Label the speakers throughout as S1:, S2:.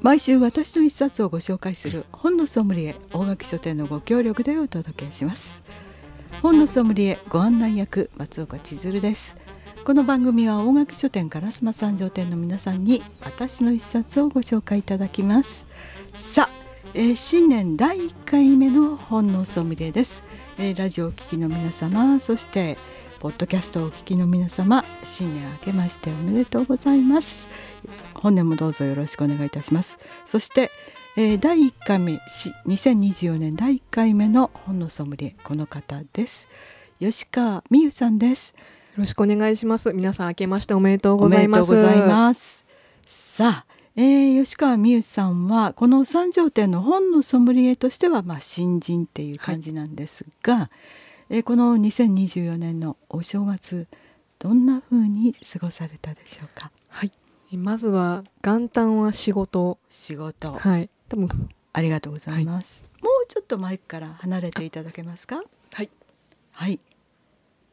S1: 毎週私の一冊をご紹介する本のソムリエ大垣書店のご協力でお届けします本のソムリエご案内役松岡千鶴ですこの番組は大垣書店烏丸三条店の皆さんに私の一冊をご紹介いただきますさあえー新年第1回目の本のソムリエです、えーラジオをお聞きの皆様そしてポッドキャストをお聞きの皆様新年明けましておめでとうございます本年もどうぞよろしくお願いいたしますそして、えー第1回目し2024年第1回目の本のソムリエこの方です吉川美優さんです
S2: よろしくお願いします。皆さん明けましておめでとう
S1: お
S2: ござ
S1: めで
S2: い
S1: と
S2: ま
S1: う
S2: す。
S1: ございます。さあ、えー吉川美優さんはこの三条店の本のソムリエとしてはまあ新人っていう感じなんですが、えーこの2024年のお正月どんな風に過ごされたでしょうか。
S2: はい。まずは元旦は仕事。
S1: 仕事、
S2: はい。多分
S1: ありがとうございます。もうちょっとマイクから離れていただけますか。
S2: はい。
S1: はい。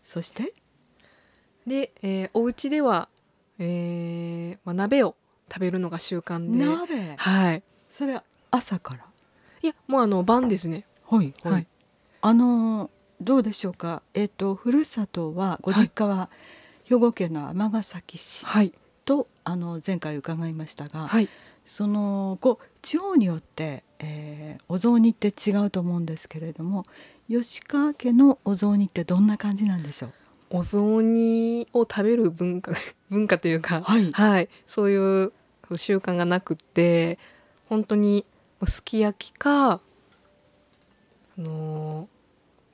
S1: そして
S2: で、えー、お家では、えーまあ、鍋を食べるのが習慣で、
S1: 鍋、
S2: はい。
S1: それ朝から。
S2: いやもうあの晩ですね。
S1: はいはい。
S2: はい。
S1: あのーどうでしょうか。えっ、とふるさとはご実家は兵庫県の尼崎市
S2: はい。
S1: と、あの前回伺いましたが、
S2: はい。
S1: そのこう地方によって、えーお雑煮って違うと思うんですけれども、吉川家のお雑煮ってどんな感じなんでしょう。
S2: お雑煮を食べる文化 文化というか、
S1: はい
S2: そういう習慣がなくて本当にすき焼きか、あの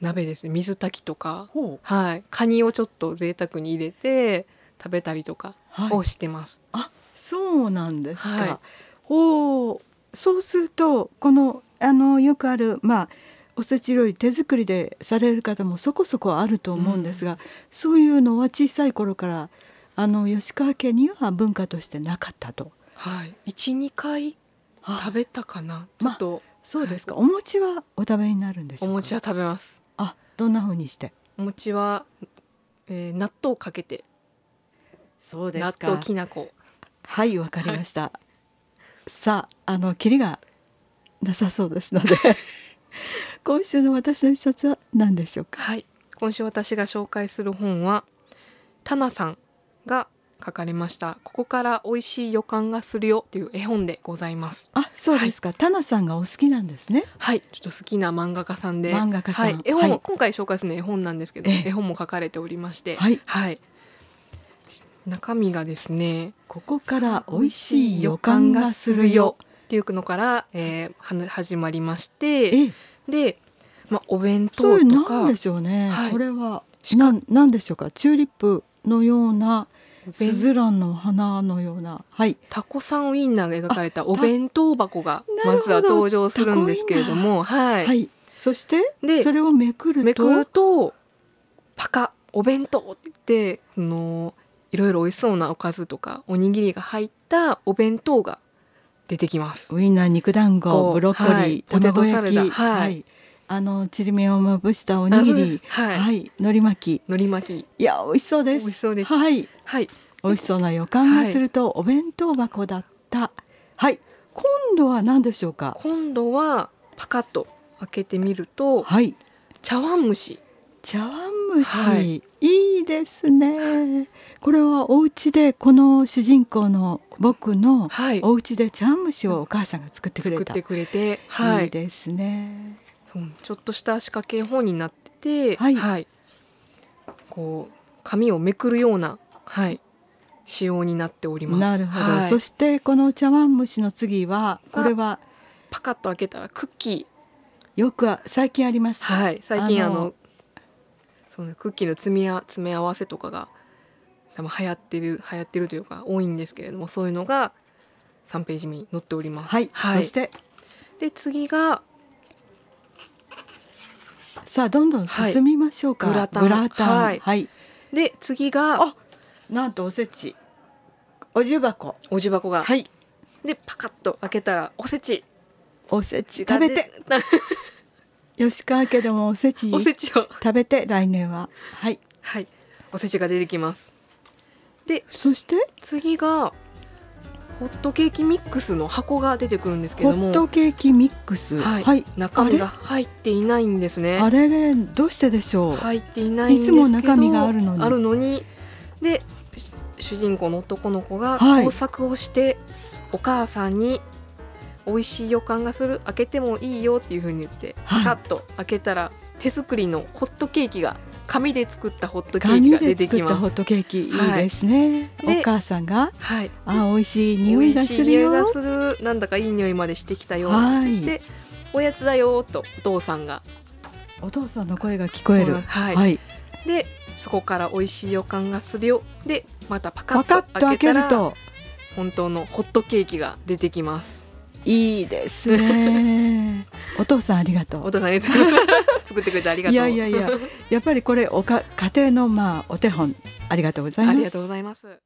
S2: 鍋ですね水炊きとか、
S1: ほう
S2: はい、カニをちょっと贅沢に入れて食べたりとか
S1: はい
S2: をしてます。
S1: あそうなんですか。
S2: はい
S1: ほうそうするとこのあのよくあるまあおせち料理手作りでされる方もそこそこあると思うんですが、そういうのは小さい頃からあの吉川家には文化としてなかったと。
S2: はい、12回食べたかなちょ
S1: まあ
S2: っと
S1: そうですか。お餅はお食べになるんでしょ
S2: お
S1: うか。
S2: 餅は食べます。
S1: あどんな風にして。
S2: お餅は、えー納豆をかけて
S1: そう
S2: 納豆きな粉
S1: はいわかりました、さああのキリがなさそうですの で今週の私の一冊は何でしょうか
S2: はい今週私が紹介する本はタナさんが書かれましたここから美味しい予感がするよという絵本でございます
S1: あそうですか、タナさんがお好きなんですね
S2: はいちょっと好きな漫画家さんで
S1: 漫画家さん
S2: はい、絵本、
S1: はい
S2: 今回紹介するのは絵本なんですけど
S1: ええ
S2: 絵本も書かれておりまして
S1: はい
S2: し中身がですね
S1: ここから美味しい予感がするよ
S2: っていうのから、えーは始まりまして
S1: え
S2: で、まあ、お弁
S1: そう
S2: 当
S1: いう
S2: と
S1: なん
S2: か
S1: でしょうね、
S2: はい
S1: これは
S2: しか
S1: なんなんでしょうかチューリップのような
S2: お
S1: ス
S2: 弁
S1: ズランの花のようなはい
S2: タコさんウインナーが描かれたお弁当箱が
S1: あ
S2: まず
S1: な
S2: は
S1: るほど
S2: 登場するんですけれども、は
S1: はい、
S2: い、
S1: そして
S2: で
S1: それをめくると
S2: めくるとパカお弁当って言ってそのいろいろ美味しそうなおかずとかおにぎりが入ったお弁当が出てきます。
S1: ウインナー肉団
S2: こ
S1: 子
S2: う
S1: ブロッコリー、
S2: はい
S1: 卵焼き
S2: ポテトサラダはい
S1: あのちりめんをまぶしたおにぎ
S2: あそう
S1: り
S2: ですはい、
S1: はい海苔巻き
S2: 海苔巻き
S1: いや美味しそうです
S2: 美味しそうです
S1: はい
S2: はい
S1: 美味しそうな予感がすると、お弁当箱だったはい今度は何でしょうか
S2: 今度はパカッと開けてみると
S1: はい
S2: 茶碗蒸し
S1: 茶碗蒸し、
S2: はいい、
S1: いですねこれはお家でこの主人公の僕の
S2: はい
S1: お家で茶碗蒸しをお母さんが作ってくれ、
S2: 作ったてくれて、はい
S1: い
S2: い、
S1: ですね
S2: うんちょっとした仕掛け本になってて、
S1: はい
S2: こう紙をめくるような、はい、仕様になっております。
S1: なるほど、
S2: はい
S1: そしてこの茶碗蒸しの次はこれは
S2: パカッと開けたらクッキ
S1: よくあ最近あります、
S2: ー、はい、最近あのそのクッキーの詰めあ詰め合わせとかが多分流行ってる流行ってるというか多いんですけれどもそういうのが3ページ目に載っております。
S1: はい、そして
S2: で次が
S1: さあどんどん進みましょうか、
S2: はいグラタン
S1: は、
S2: はいいで次が
S1: あなんとおせちお重箱
S2: おじ箱が、
S1: はい
S2: でパカッと開けたらおせち
S1: おせち
S2: が
S1: 食べ
S2: 出
S1: て吉川家でもおせち
S2: おせちを
S1: 食べて来年ははい
S2: はい、おせちが出てきます。で
S1: そして
S2: 次がホットケーキミックスの箱が出てくるんですけ
S1: ホ
S2: ど
S1: ッ
S2: も
S1: トケーキミックス
S2: はい
S1: はい、
S2: 中身が入っていないんですね
S1: あれれどうしてでしょう、
S2: 入っていないんで
S1: い
S2: すけ
S1: つ
S2: ど
S1: も中身があるのに
S2: でし主人公の男の子が
S1: はい
S2: 工作をして、お母さんに美味しい予感がする開けてもいいよっていう風に言って、
S1: はい
S2: カッと開けたら手作りのホットケーキが紙で作ったホットケーキ
S1: 紙
S2: が出
S1: で
S2: て
S1: 作
S2: き
S1: ったホ
S2: ま
S1: ッ
S2: す。
S1: トケーキ、
S2: はい
S1: い、いですね
S2: で
S1: お母さんが
S2: はい、
S1: あ美味しい匂いがするよ
S2: 美味しい匂いがするなんだかいい匂いまでしてきたよ、
S1: はい
S2: でおやつだよとお父さんが
S1: お父さんの声が聞こえる、
S2: はい
S1: はい、
S2: でそこから美味しい予感がするよでまたパ
S1: パ
S2: カ
S1: カ
S2: ッ
S1: ッと
S2: と
S1: 開
S2: 開け
S1: け
S2: た
S1: る
S2: ら
S1: と
S2: 本当のホットケーキが出てきます
S1: いいです ねお父さんありがと
S2: お
S1: う
S2: 父さんありが とう作ってくれてありがとう
S1: いやいやいややっぱりこれおか家庭のまあお手本ありがとうございます
S2: ありがとうございます